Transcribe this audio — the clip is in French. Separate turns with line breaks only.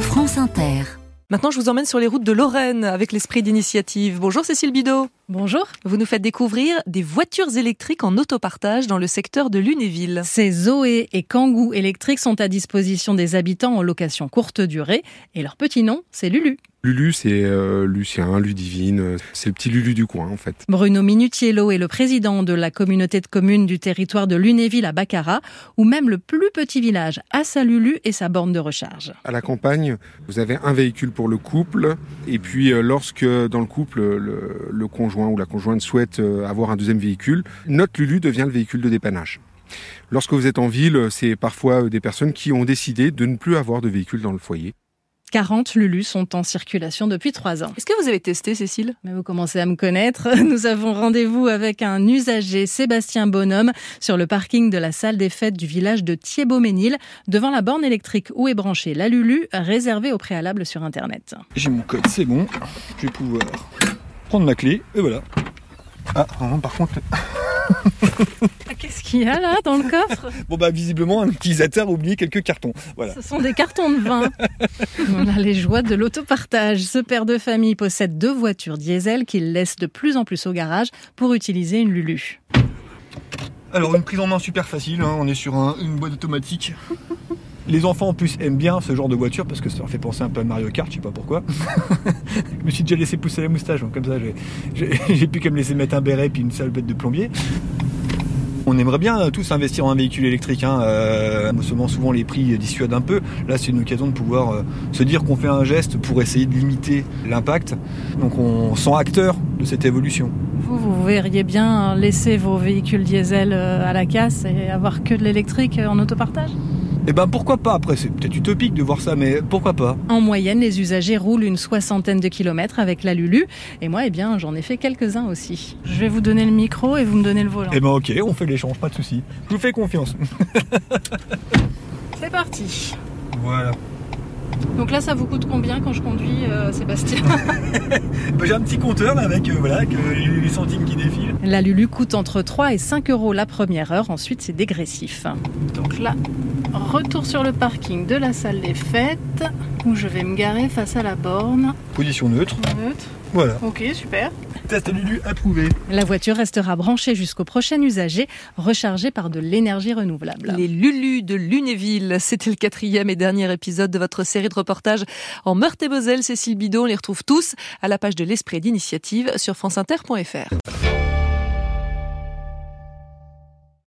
France Inter.
Maintenant, je vous emmène sur les routes de Lorraine avec l'esprit d'initiative. Bonjour Cécile Bidot.
Bonjour.
Vous nous faites découvrir des voitures électriques en autopartage dans le secteur de Lunéville.
Ces Zoé et Kangoo électriques sont à disposition des habitants en location courte durée et leur petit nom, c'est Lulu.
Lulu, c'est euh, Lucien, Ludivine, euh, c'est le petit Lulu du coin en fait.
Bruno Minutiello est le président de la communauté de communes du territoire de Lunéville à Baccarat, où même le plus petit village a sa Lulu et sa borne de recharge.
À la campagne, vous avez un véhicule pour le couple, et puis euh, lorsque dans le couple, le, le conjoint ou la conjointe souhaite euh, avoir un deuxième véhicule, notre Lulu devient le véhicule de dépannage. Lorsque vous êtes en ville, c'est parfois euh, des personnes qui ont décidé de ne plus avoir de véhicule dans le foyer.
40 Lulu sont en circulation depuis trois ans.
Est-ce que vous avez testé, Cécile
Mais vous commencez à me connaître. Nous avons rendez-vous avec un usager, Sébastien Bonhomme, sur le parking de la salle des fêtes du village de Thiébaut-Ménil, devant la borne électrique où est branchée la Lulu, réservée au préalable sur Internet.
J'ai mon code, c'est bon. Je vais pouvoir prendre ma clé, et voilà. Ah, vraiment, par contre...
Ah, Qu'est-ce qu'il y a là dans le coffre
Bon bah visiblement un utilisateur a oublié quelques cartons. Voilà.
Ce sont des cartons de vin. voilà les joies de l'autopartage. Ce père de famille possède deux voitures diesel qu'il laisse de plus en plus au garage pour utiliser une Lulu.
Alors une prise en main super facile, hein, on est sur un- une boîte automatique. Les enfants en plus aiment bien ce genre de voiture parce que ça leur fait penser un peu à Mario Kart, je sais pas pourquoi. je me suis déjà laissé pousser la moustache, donc comme ça j'ai- j'ai j'ai plus qu'à me laisser mettre un béret puis une sale bête de plombier. On aimerait bien euh, tous investir en un véhicule électrique. Hein. euh, seulement, souvent les prix dissuadent un peu. Là, c'est une occasion de pouvoir euh, se dire qu'on fait un geste pour essayer de limiter l'impact. Donc, on sent acteur de cette évolution.
Vous, vous verriez bien laisser vos véhicules diesel euh, à la casse et avoir que de l'électrique euh, en autopartage
Et ben pourquoi pas Après, c'est peut-être utopique de voir ça, mais pourquoi pas
En moyenne, les usagers roulent une soixantaine de kilomètres avec la Lulu. Et moi, eh bien, j'en ai fait quelques-uns aussi. Je vais vous donner le micro et vous me donnez le volant.
Eh ben ok, on fait l'échange, pas de souci. Je vous fais confiance.
C'est parti.
Voilà.
Donc là, ça vous coûte combien quand je conduis, euh, Sébastien
Eh ben, J'ai un petit compteur là, avec, euh, voilà, avec, euh, les- les centimes qui défilent.
La Lulu coûte entre 3 et 5 euros la première heure, ensuite c'est dégressif. Donc là, retour sur le parking de la salle des fêtes, où je vais me garer face à la borne.
Position neutre. Voilà.
Ok, super.
Test Lulu approuvé.
La voiture restera branchée jusqu'au prochain usager, rechargée par de l'énergie renouvelable.
Les Lulu de Lunéville, c'était le quatrième et dernier épisode de votre série de reportages en Meurthe-et-Moselle. Cécile Bidot, on les retrouve tous à la page de l'esprit d'initiative sur franceinter.fr.